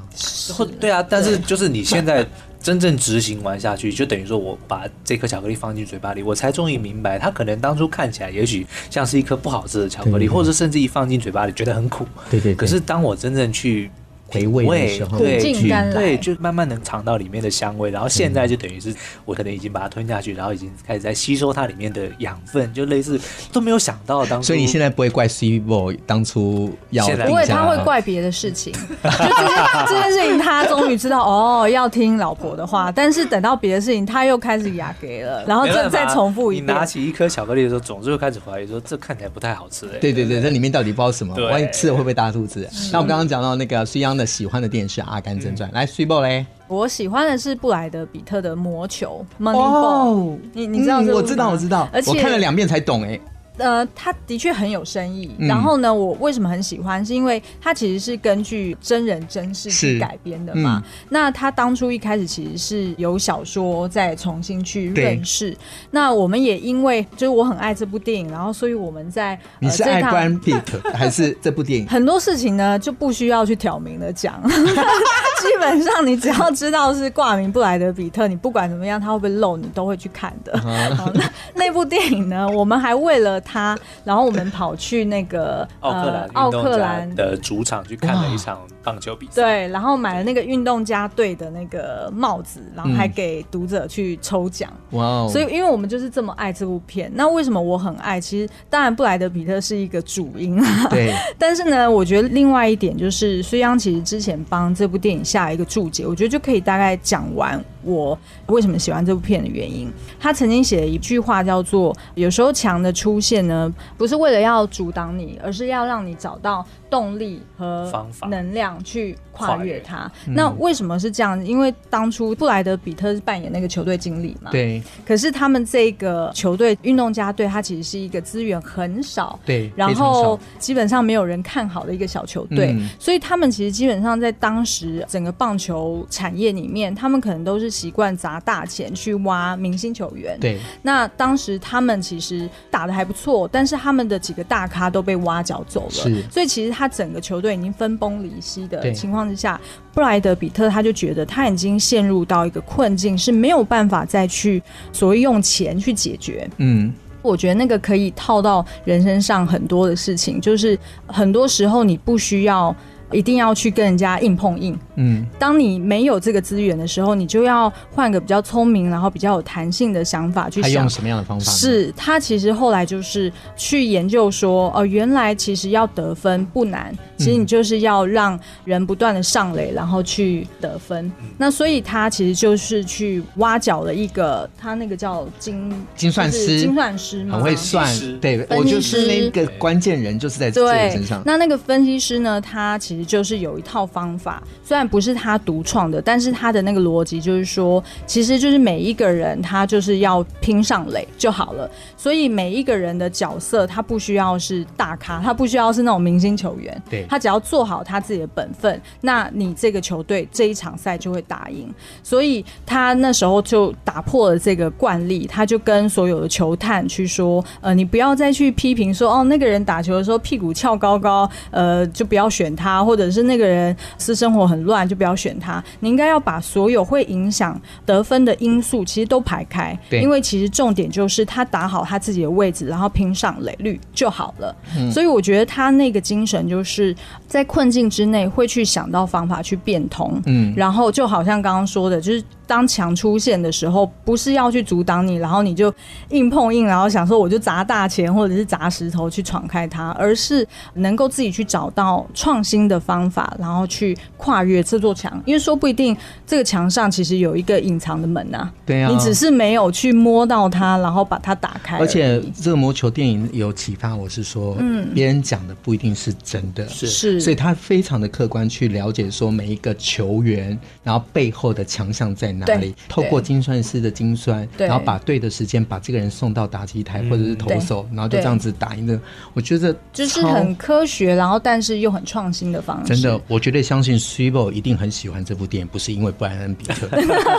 Speaker 3: 或对啊，但是就是你现在真正执行完下去，就等于说我把这颗巧克力放进嘴巴里，我才终于明白，它可能当初看起来也许像是一颗不好吃的巧克
Speaker 2: 对
Speaker 3: 力，或者甚至一放进嘴巴里觉得很苦。
Speaker 2: 对对对
Speaker 3: 可是当我真正去
Speaker 2: 回味的时候
Speaker 3: 对，
Speaker 4: 苦尽
Speaker 3: 去
Speaker 4: 甘来
Speaker 3: 对，就慢慢能尝到里面的香味。然后现在就等于是我可能已经把它吞下去，然后已经开始在吸收它里面的养分，就类似都没有想到当初。
Speaker 2: 所以你现在不会怪 C Boy 当初要
Speaker 3: 现在
Speaker 4: 不
Speaker 2: 定
Speaker 4: 会，
Speaker 2: 下
Speaker 4: 他
Speaker 2: 来
Speaker 4: 会怪别的事情。就这件这件事情，他终于知道哦，要听老婆的话。但是等到别的事情，他又开始雅给
Speaker 3: <laughs>
Speaker 4: 了，然后
Speaker 3: 没
Speaker 4: 再
Speaker 3: 办法
Speaker 4: 再重复一
Speaker 3: 你
Speaker 4: 遍
Speaker 3: 拿。起一颗巧克力的时候，总是会开始怀疑说这看起来不太好吃、欸。
Speaker 2: 对对对，这里面到底包什么？
Speaker 3: 对
Speaker 2: 万一吃了会不会大肚子？那我们刚刚讲到那个孙央的喜欢的电影是《阿甘正
Speaker 3: 嗯
Speaker 2: 传》，来 C Boy 嘞？
Speaker 4: 我喜欢的是布莱德比特的魔球哦 Moneyball，你你知道
Speaker 2: 嗯
Speaker 4: 这部
Speaker 2: 我知道
Speaker 4: 吗
Speaker 2: 我知道
Speaker 4: 而，且
Speaker 2: 我看了两遍才懂哎。
Speaker 4: 呃，它的确很有深意。
Speaker 2: 嗯
Speaker 4: 然后呢，我为什么很喜欢，是因为它其实是根据真人真事
Speaker 2: 是嗯
Speaker 4: 去改编的嘛。那它当初一开始其实是由小说再重新去认识。那我们也因为就是我很爱这部电影，然后所以我们在、呃、
Speaker 2: 你是
Speaker 4: 这
Speaker 2: 爱
Speaker 4: 趟
Speaker 2: Brad Pitt 还是这部电
Speaker 4: <laughs>
Speaker 2: 影？
Speaker 4: 很多事情呢就不需要去挑明的讲， <laughs> 基本上你只要知道是挂名布莱德比特，你不管怎么样，他会不会漏，你都会去看的。好那那部电影呢，我们还为了他，然后我们跑去那个
Speaker 3: 奥克兰运
Speaker 4: 呃奥
Speaker 3: 动
Speaker 4: 克
Speaker 3: 家
Speaker 4: 兰
Speaker 3: 的主场去看了一场棒球比赛。
Speaker 4: 对，然后买了那个运动家队的那个帽子，然后还给读者去抽奖。
Speaker 2: 哇哦！
Speaker 4: 所以，因为我们就是这么爱这部片，那为什么我很爱？其实，当然布莱德比特是一个主因啊，
Speaker 2: 对，
Speaker 3: <laughs>
Speaker 4: 但是呢，我觉得另外一点就是，苏央其实之前帮这部电影下一个注解，我觉得就可以大概讲完我为什么喜欢这部片的原因。他曾经写了一句话叫做：“有时候强的出现呢，不是为了要阻挡你，而是要让你找到动力和
Speaker 3: 方法嗯
Speaker 4: 能量去跨越它。”
Speaker 2: 越
Speaker 4: 那为什么是这样？因为当初布莱德比特是扮演那个球队经理嘛，。
Speaker 2: 对，
Speaker 4: 可是他们这个球队运动家队，它其实是一个资源很少，
Speaker 2: 对
Speaker 4: 然
Speaker 2: 非常
Speaker 4: 后
Speaker 2: 少
Speaker 4: 基本上没有人看好的一个小球队，
Speaker 2: 嗯
Speaker 4: 所以他们其实基本上在当时整个棒球产业里面，他们可能都是习惯砸大钱去挖明星球员。，
Speaker 2: 对，
Speaker 4: 那当时他们其实打的还不错，但是他们的几个大咖都被挖角走了，
Speaker 2: 是
Speaker 4: 所以其实他整个球队已经分崩离析
Speaker 2: 对
Speaker 4: 的情况之下，布莱德比特他就觉得他已经陷入到一个困境，是没有办法再去所谓用钱去解决。
Speaker 2: 嗯，
Speaker 4: 我觉得那个可以套到人身上很多的事情，就是很多时候你不需要一定要去跟人家硬碰硬。
Speaker 2: 嗯，
Speaker 4: 当你没有这个资源的时候，你就要换个比较聪明，然后比较有弹性的想法去
Speaker 2: 他用
Speaker 4: 想。
Speaker 2: 什么样的方法呢？
Speaker 4: 是他其实后来就是去研究说，哦、原来其实要得分不难，其实你就是要让人不断的上垒，然后去得分。
Speaker 2: 嗯
Speaker 4: 那所以他其实就是去挖角了一个，他那个叫精
Speaker 2: 精算
Speaker 4: 就是
Speaker 2: 师
Speaker 4: 精算师嘛，
Speaker 2: 很会
Speaker 3: 嗯分析师
Speaker 2: 算，对
Speaker 4: 分
Speaker 2: 我
Speaker 4: 析
Speaker 2: 就是
Speaker 4: 师
Speaker 2: 那个关键人，就是在这个
Speaker 4: 对
Speaker 2: 身上，。
Speaker 4: 那那个分析师呢，他其实就是有一套方法，虽然不是他独创的，但是他的那个逻辑就是说，其实就是每一个人他就是要拼上垒就好了。所以每一个人的角色，他不需要是大咖，他不需要是那种明星球员，
Speaker 2: 对
Speaker 4: 他只要做好他自己的本分，那你这个球队这一场赛就会打赢。所以他那时候就打破了这个惯例，他就跟所有的球探去说，呃，你不要再去批评说，哦，那个人打球的时候屁股翘高高，呃，就不要选他，或者是那个人私生活很乱，就不要选他。你应该要把所有会影响得分的因素其实都排开，
Speaker 2: 对
Speaker 4: 因为其实重点就是他打好他自己的位置，然后拼上垒率就好了。
Speaker 2: 嗯
Speaker 4: 所以我觉得他那个精神就是在困境之内会去想到方法去变通，
Speaker 2: 嗯
Speaker 4: 然后就好像刚刚说的，就是当强出现的时候，不是要去阻挡你，然后你就硬碰硬，然后想说我就砸大钱或者是砸石头去闯开它，而是能够自己去找到创新的方法，然后去跨越这座墙，因为说不一定这个墙上其实有一个隐藏的门啊，
Speaker 2: 对啊，
Speaker 4: 你只是没有去摸到它，然后把它打开已，
Speaker 2: 而且这个魔球电影有启发，我是说，嗯，别人讲的不一定是真的，是
Speaker 4: 是
Speaker 2: 所以他非常的客观去了解说每一个球员，然后背后的强项在哪里
Speaker 4: 对，
Speaker 2: 透过精算师的精算，
Speaker 4: 对嗯
Speaker 2: 然后把对的时间把这个人送到打击台或者是投手，然后就这样子打赢的。我觉得
Speaker 4: 就是
Speaker 2: 超
Speaker 4: 很科学，然后但是又很创新的方式。
Speaker 2: 真的，我绝对相信 s i b o 一定很喜欢这部电影，不是因为布莱恩比
Speaker 4: <laughs>
Speaker 2: 特，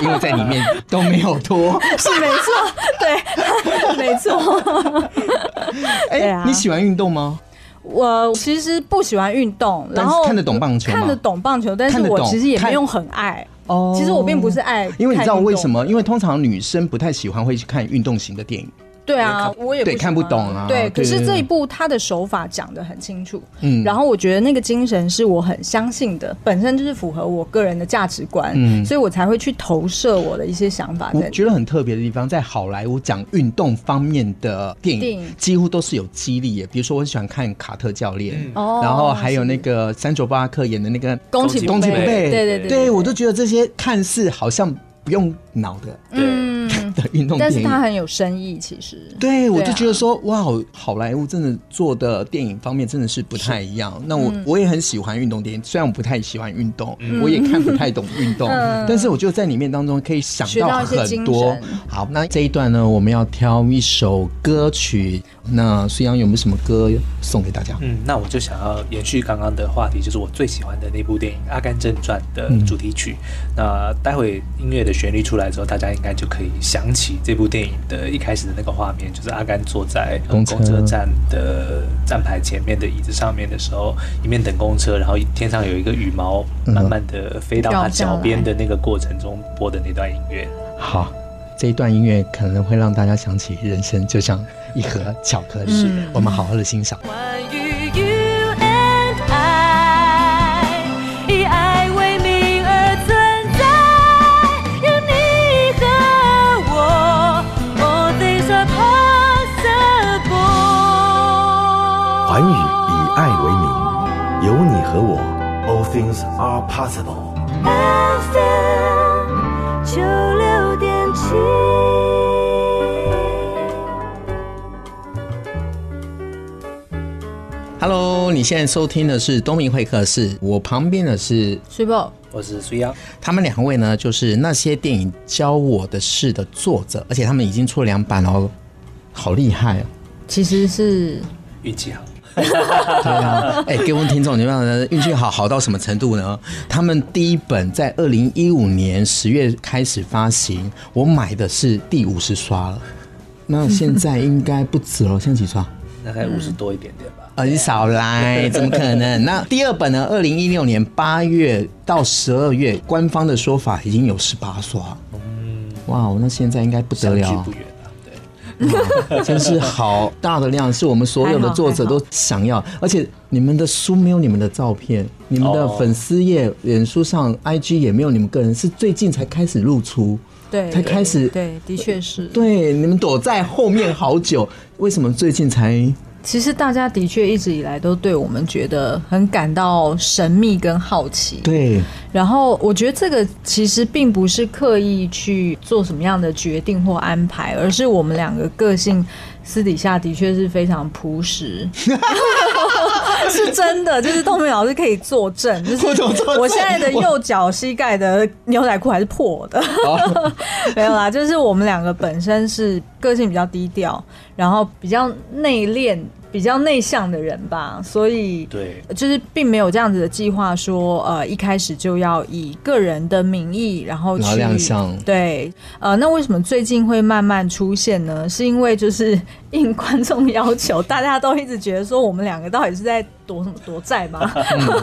Speaker 2: 因为在里面都没有拖。
Speaker 4: 是没 <laughs> 错，对， <laughs> 没错。
Speaker 2: 哎、
Speaker 4: 对啊
Speaker 2: 你喜欢运动吗？
Speaker 4: 我其实不喜欢运动，
Speaker 2: 但
Speaker 4: 然
Speaker 2: 是
Speaker 4: 后
Speaker 2: 看得懂棒球吗
Speaker 4: 看得懂棒球，但是
Speaker 2: 看得
Speaker 4: 我
Speaker 2: 懂
Speaker 4: 其实也
Speaker 2: 看
Speaker 4: 没有很爱。
Speaker 2: 哦
Speaker 4: 其实我并不是爱，
Speaker 2: 因为你知道为什？么？因为通常女生不太喜欢会去看运动型的电影，
Speaker 4: 对啊，我也
Speaker 2: 对
Speaker 4: 喜欢
Speaker 2: 看不懂啊
Speaker 4: 对，可
Speaker 2: 对
Speaker 4: 是
Speaker 2: 对
Speaker 4: 这一部他的手法讲得很清楚，
Speaker 2: 嗯
Speaker 4: 然后我觉得那个精神是我很相信的，本身就是符合我个人的价值观，
Speaker 2: 嗯
Speaker 4: 所以我才会去投射我的一些想法
Speaker 2: 我
Speaker 4: 在。
Speaker 2: 觉得很特别的地方，在好莱坞讲运动方面的电
Speaker 4: 电
Speaker 2: 影
Speaker 4: 影，
Speaker 2: 几乎都是有激励耶。比如说，我很喜欢看《卡特教练》
Speaker 4: 哦
Speaker 2: 然后还有那个山卓巴克演的那个
Speaker 4: 宫崎
Speaker 2: 宫崎
Speaker 4: 骏
Speaker 2: 骏
Speaker 4: 对
Speaker 2: 对
Speaker 4: 对对
Speaker 2: 对我都觉得这些看似好像不用脑的，
Speaker 3: 对，
Speaker 4: 嗯，
Speaker 2: 的运动
Speaker 4: 但
Speaker 2: 电
Speaker 4: 是
Speaker 2: 影。
Speaker 4: 它很有深意，其实。
Speaker 2: 对，我就
Speaker 4: 啊
Speaker 2: 觉得说，哇，好莱坞真的做的电影方面真的是不太一样。那我、
Speaker 4: 嗯
Speaker 2: 我也很喜欢运动电影，虽然我不太喜欢运动，我也看不太懂运
Speaker 4: <laughs>
Speaker 2: 动，但是我就在里面当中可以想
Speaker 4: 嗯学到一些
Speaker 2: 很
Speaker 4: 精
Speaker 2: 多
Speaker 4: 神。
Speaker 2: 好，那这一段呢，我们要挑一首歌曲。那孙杨有没有什么歌送给大家？
Speaker 3: 嗯，那我就想要延续刚刚的话题，就是我最喜欢的那部电影《阿甘正传》的
Speaker 2: 嗯
Speaker 3: 主题曲。那待会音乐的旋律出来之后，大家应该就可以想起这部电影的一开始的那个画面，就是阿甘坐在呃
Speaker 2: 公车
Speaker 3: 公车站的站牌前面的椅子上面的时候，一面等公车，然后天上有一个羽毛
Speaker 2: 嗯
Speaker 3: 慢慢的飞到他
Speaker 4: 掉下来
Speaker 3: 脚边的那个过程中播的那段音乐。
Speaker 2: 好，这一段音乐可能会让大家想起人生就像一盒巧克力，
Speaker 4: 嗯
Speaker 2: 我们好好的欣赏。
Speaker 5: 关于 you and I，以爱为名而存在，有你和我，All things are possible。
Speaker 6: 环宇以爱为名，有你和我，All things are possible。
Speaker 5: FM 九六点七。
Speaker 2: Hello，你现在收听的是东明会客室，我旁边的是
Speaker 4: 水宝，
Speaker 3: 我是苏央，
Speaker 2: 他们两位呢，就是那些电影教我的事的作者，而且他们已经出了两版哦，好厉害哦！
Speaker 4: 其实是
Speaker 3: 运气好。
Speaker 2: 对啊，哎、给我们听众，你们运气好好到什么程度呢？他们第一本在二零一五年十月开始发行，我买的是第五十刷了，那现在应该不止了，现在几刷？
Speaker 3: 大概五十多一点点吧。
Speaker 2: 很哦少
Speaker 3: <laughs>
Speaker 2: 来，怎么可能？那第二本呢？二零一六年八月到十二月，官方的说法已经有十八刷。哇哦，那现在应该不得
Speaker 3: 嗯相距
Speaker 2: 了
Speaker 3: 不，远啊，对。
Speaker 2: 真是好大的量，是我们所有的作者都想要。而且你们的书没有你们的照片，你们的
Speaker 3: 哦
Speaker 2: 粉丝页、脸书上、IG 也没有你们个人，是最近才开始露出，
Speaker 4: 对，
Speaker 2: 才开始
Speaker 4: 对，的确是。
Speaker 2: 对，你们躲在后面好久，为什么最近才？
Speaker 4: 其实大家的确一直以来都对我们觉得很感到神秘跟好奇。
Speaker 2: 对，
Speaker 4: 然后我觉得这个其实并不是刻意去做什么样的决定或安排，而是我们两个个性私底下的确是非常
Speaker 2: <laughs>
Speaker 4: 朴实，是真的，就是东明老师可以作证，就是
Speaker 2: 我怎么作证
Speaker 4: 我现在的右脚膝盖的牛仔裤还是破的，
Speaker 2: 哦
Speaker 4: <laughs> 没有啦，就是我们两个本身是个性比较低调，然后比较内敛、比较内向的人吧，所以
Speaker 3: 对
Speaker 4: 就是并没有这样子的计划说，呃，一开始就要以个人的名义，然后
Speaker 2: 然后
Speaker 4: 去
Speaker 2: 亮相
Speaker 4: 对，呃，那为什么最近会慢慢出现呢？是因为就是应观众要求，大家都一直觉得说我们两个到底是在躲什么躲债吗？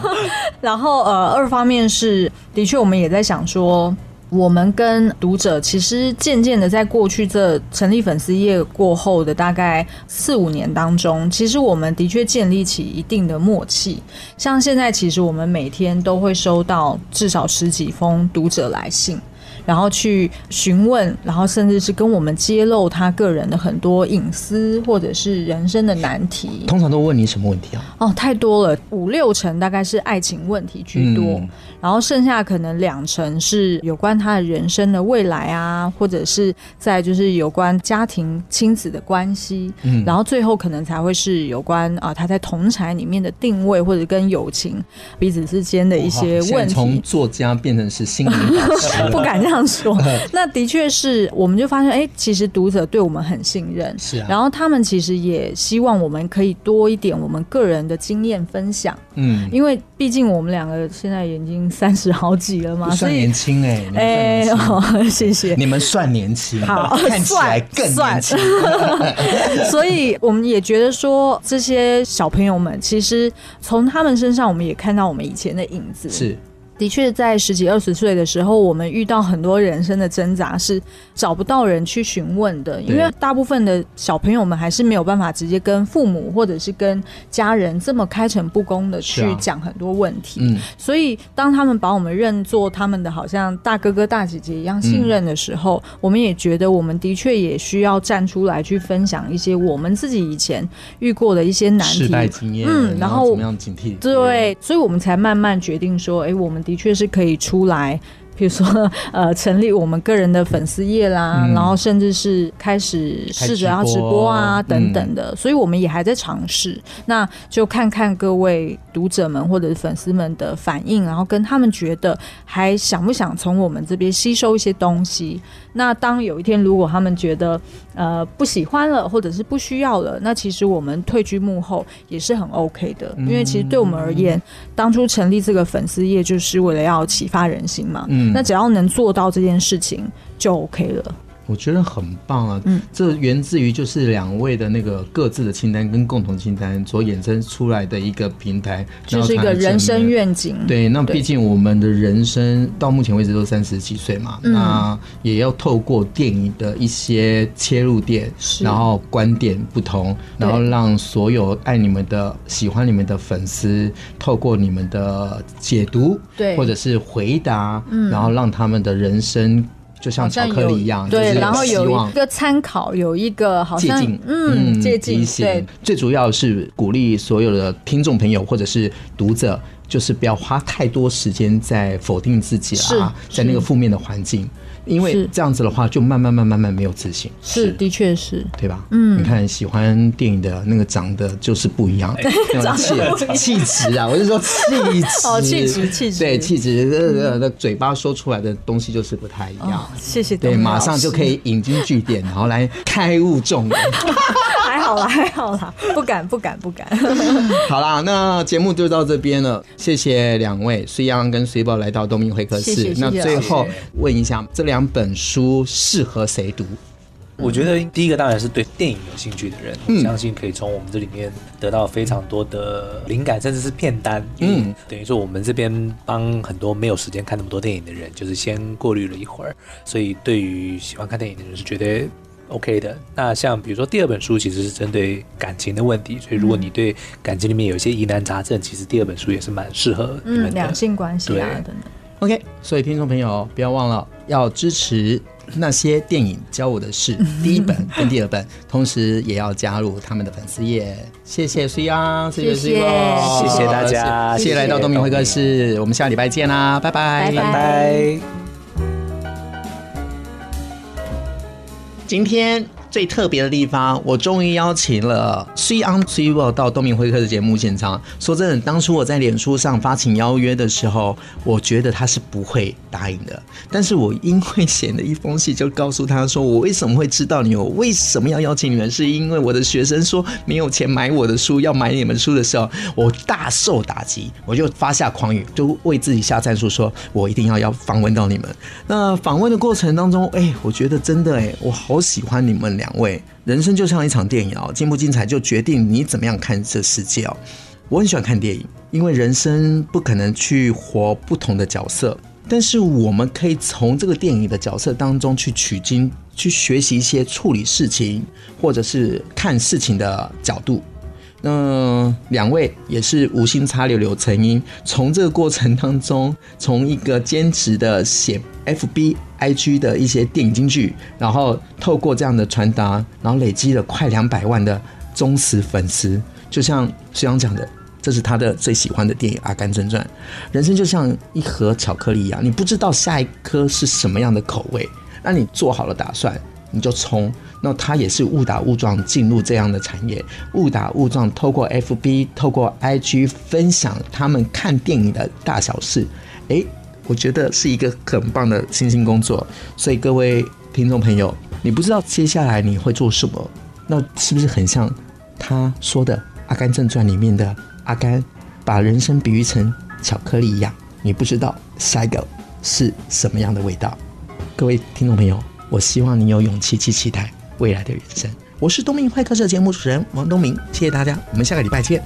Speaker 4: <laughs> 然后呃，二方面是，的确我们也在想说。我们跟读者其实渐渐的，在过去这成立粉丝业过后的大概四五年当中，其实我们的确建立起一定的默契。像现在，其实我们每天都会收到至少十几封读者来信，然后去询问，然后甚至是跟我们揭露他个人的很多隐私或者是人生的难题。
Speaker 2: 通常都问你什么问题啊？
Speaker 4: 哦，太多了，五六成大概是爱情问题居多，
Speaker 2: 嗯
Speaker 4: 然后剩下可能两成是有关他的人生的未来啊，或者是在就是有关家庭亲子的关系，
Speaker 2: 嗯
Speaker 4: 然后最后可能才会是有关啊、他在同才里面的定位，或者跟友情彼此之间的一
Speaker 2: 哇现
Speaker 4: 些
Speaker 2: 在
Speaker 4: 问题。
Speaker 2: 从作家变成是心灵导
Speaker 4: <laughs>
Speaker 2: 师了，
Speaker 4: 不敢这
Speaker 2: <laughs>
Speaker 4: 样说。那的确是，我们就发现，哎、其实读者对我们很信任，
Speaker 2: 是啊
Speaker 4: 然后他们其实也希望我们可以多一点我们个人的经验分享，
Speaker 2: 嗯，
Speaker 4: 因为毕竟我们两个现在已经三十好几了嘛，
Speaker 2: 不
Speaker 4: 啊所
Speaker 2: 算
Speaker 4: 以
Speaker 2: 年，轻哎、你们算年
Speaker 4: 哎、
Speaker 2: 轻
Speaker 4: 哦， <laughs> 谢谢。
Speaker 2: 你们算年轻，
Speaker 4: 好
Speaker 2: <laughs> 看起来更年
Speaker 4: 算
Speaker 2: 轻。
Speaker 4: <laughs>
Speaker 2: <laughs>
Speaker 4: 所以我们也觉得说，这些小朋友们其实从他们身上，我们也看到我们以前的影子。
Speaker 2: 是，
Speaker 4: 的确，在十几二十岁的时候，我们遇到很多人生的挣扎，是找不到人去询问的，因为大部分的小朋友们还是没有办法直接跟父母或者是跟家人这么开诚布公的
Speaker 2: 是
Speaker 4: 去
Speaker 2: 啊
Speaker 4: 讲很多问题。
Speaker 2: 嗯，
Speaker 4: 所以，当他们把我们认作他们的好像大哥哥大姐姐一样信任的时候，
Speaker 2: 嗯
Speaker 4: 我们也觉得我们的确也需要站出来去分享一些我们自己以前遇过的一些难题
Speaker 2: 失败经验，
Speaker 4: 嗯
Speaker 2: 然
Speaker 4: 然
Speaker 2: 后
Speaker 4: 后
Speaker 2: 怎么样警惕？
Speaker 4: 对，所以我们才慢慢决定说，哎、我们的确是可以出来。比如说 <laughs> 呃，成立我们个人的粉丝页啦，然后甚至是开始试着要直播
Speaker 2: 开
Speaker 4: 啊
Speaker 2: 直播
Speaker 4: 等等的，所以我们也还在尝试。那就看看各位读者们或者是粉丝们的反应，然后跟他们觉得还想不想从我们这边吸收一些东西。那当有一天如果他们觉得呃不喜欢了，或者是不需要了，那其实我们退居幕后也是很 OK 的，因为其实对我们而言，当初成立这个粉丝业就是为了要启发人心嘛。
Speaker 2: 嗯
Speaker 4: 那只要能做到这件事情就 OK 了。
Speaker 2: 我觉得很棒啊！
Speaker 4: 嗯
Speaker 2: 这源自于就是两位的那个各自的清单跟共同清单所衍生出来的一个平台，
Speaker 4: 就
Speaker 2: 然后
Speaker 4: 是一
Speaker 2: 才
Speaker 4: 个
Speaker 2: 能
Speaker 4: 人
Speaker 2: 证
Speaker 4: 生
Speaker 2: 明
Speaker 4: 愿景，
Speaker 2: 对，那
Speaker 4: 嗯对
Speaker 2: 毕竟我们的人生到目前为止都三十几岁嘛，
Speaker 4: 嗯
Speaker 2: 那也要透过电影的一些切入点，
Speaker 4: 是
Speaker 2: 然后观点不同，
Speaker 4: 对
Speaker 2: 然后让所有爱你们的、喜欢你们的粉丝，透过你们的解读，
Speaker 4: 对嗯
Speaker 2: 或者是回答，然后让他们的人生就像
Speaker 4: 好
Speaker 2: 巧
Speaker 4: 像
Speaker 2: 克
Speaker 4: 有
Speaker 2: 力一样，就
Speaker 4: 对，
Speaker 2: 是
Speaker 4: 然后
Speaker 2: 希
Speaker 4: 有
Speaker 2: 望
Speaker 4: 一个参考，有一个好
Speaker 2: 借
Speaker 4: 像
Speaker 2: 鉴，
Speaker 4: 嗯借
Speaker 2: 提
Speaker 4: 鉴，
Speaker 2: 醒
Speaker 4: 对，
Speaker 2: 最主要是鼓励所有的听众朋友或者是读者，就是不要花太多时间在否定自己啦，
Speaker 4: 是
Speaker 2: 在那个负面的环境，因为
Speaker 4: 是
Speaker 2: 这样子的话，就慢慢慢慢慢慢没有自信。
Speaker 4: 是的确是。
Speaker 2: 对吧？嗯，你看喜欢电影的那个长得就是不一样，那种气 <laughs> 气质啊，我是说气质，
Speaker 4: 哦气质气质嗯
Speaker 2: 对气质，呃呃，呃嘴巴说出来的东西就是不太一样。
Speaker 4: 哦谢谢，
Speaker 2: 对，马上就可，以引经据典，然后来开悟众人。
Speaker 4: <laughs> 还好啦，还好啦，不敢，不敢，
Speaker 2: <laughs>
Speaker 4: 不敢。
Speaker 2: 好啦，那节目就到这边了，谢谢两位虽阳跟随宝来到东明会客室。
Speaker 4: 谢谢
Speaker 2: 那
Speaker 4: 谢谢
Speaker 2: 最后
Speaker 3: 谢谢
Speaker 2: 问一下，这两本书适合谁读？
Speaker 3: 我觉得第一个当然是对电影有兴趣的人，
Speaker 2: 嗯
Speaker 3: 我相信可以从我们这里面得到非常多的灵感，甚至是片单。
Speaker 2: 嗯
Speaker 3: 嗯，等于说我们这边帮很多没有时间看那么多电影的人，就是先过滤了一会儿，所以对于喜欢看电影的人是绝对 OK 的。那像比如说第二本书其实是针对感情的问题，所以如果你对感情里面有一些疑难杂症，其实第二本书也是蛮适合你们，
Speaker 4: 嗯
Speaker 3: 的。
Speaker 4: 两性关系啊
Speaker 3: 对
Speaker 4: 等等。
Speaker 2: OK，所以听众朋友不要忘了要支持那些电影教我的事第一本跟第二本，同时也要加入他们的粉丝页。谢谢虽阳，谢谢
Speaker 4: 谢
Speaker 2: 随宝，
Speaker 3: 谢谢大家
Speaker 2: 谢谢
Speaker 3: 谢谢
Speaker 2: 来到东明会客室，我们下礼拜见啦，拜拜，
Speaker 4: 拜
Speaker 3: 拜拜。
Speaker 2: 今天最特别的地方，我终于邀请了 C on C World 到东明会客的节目现场。说真的，当初我在脸书上发请邀约的时候，我觉得他是不会答应的。但是我因为写了一封信，就告诉他说，我为什么会知道你，我为什么要邀请你们，是因为我的学生说没有钱买我的书，要买你们书的时候，我大受打击，我就发下狂语，就为自己下战书说，我一定要要访问到你们。那访问的过程当中，哎、我觉得真的哎、我好喜欢你们两位。人生就像一场电影哦，精不精彩就决定你怎么样看这世界哦。我很喜欢看电影，因为人生不可能去活不同的角色，但是我们可以从这个电影的角色当中去取经，去学习一些处理事情或者是看事情的角度。那两位也是无心插柳柳成荫，从这个过程当中，从一个兼职的写 FB、IG 的一些电影金句，然后透过这样的传达，然后累积了快两百万的忠实粉丝。就像徐阳讲的，这是他的最喜欢的电影《阿甘正传》。人生就像一盒巧克力一样，你不知道下一颗是什么样的口味，那你做好了打算，你就冲。那他也是误打误撞进入这样的产业，误打误撞透过 FB、透过 IG 分享他们看电影的大小事，诶，我觉得是一个很棒的新兴工作。所以各位听众朋友，你不知道接下来你会做什么，那是不是很像他说的《阿甘正传》里面的阿甘，把人生比喻成巧克力一样，你不知道下一个是什么样的味道。各位听众朋友，我希望你有勇气去期待未来的人生。我是东明会客室的节目主持人王东明，谢谢大家，我们下个礼拜见，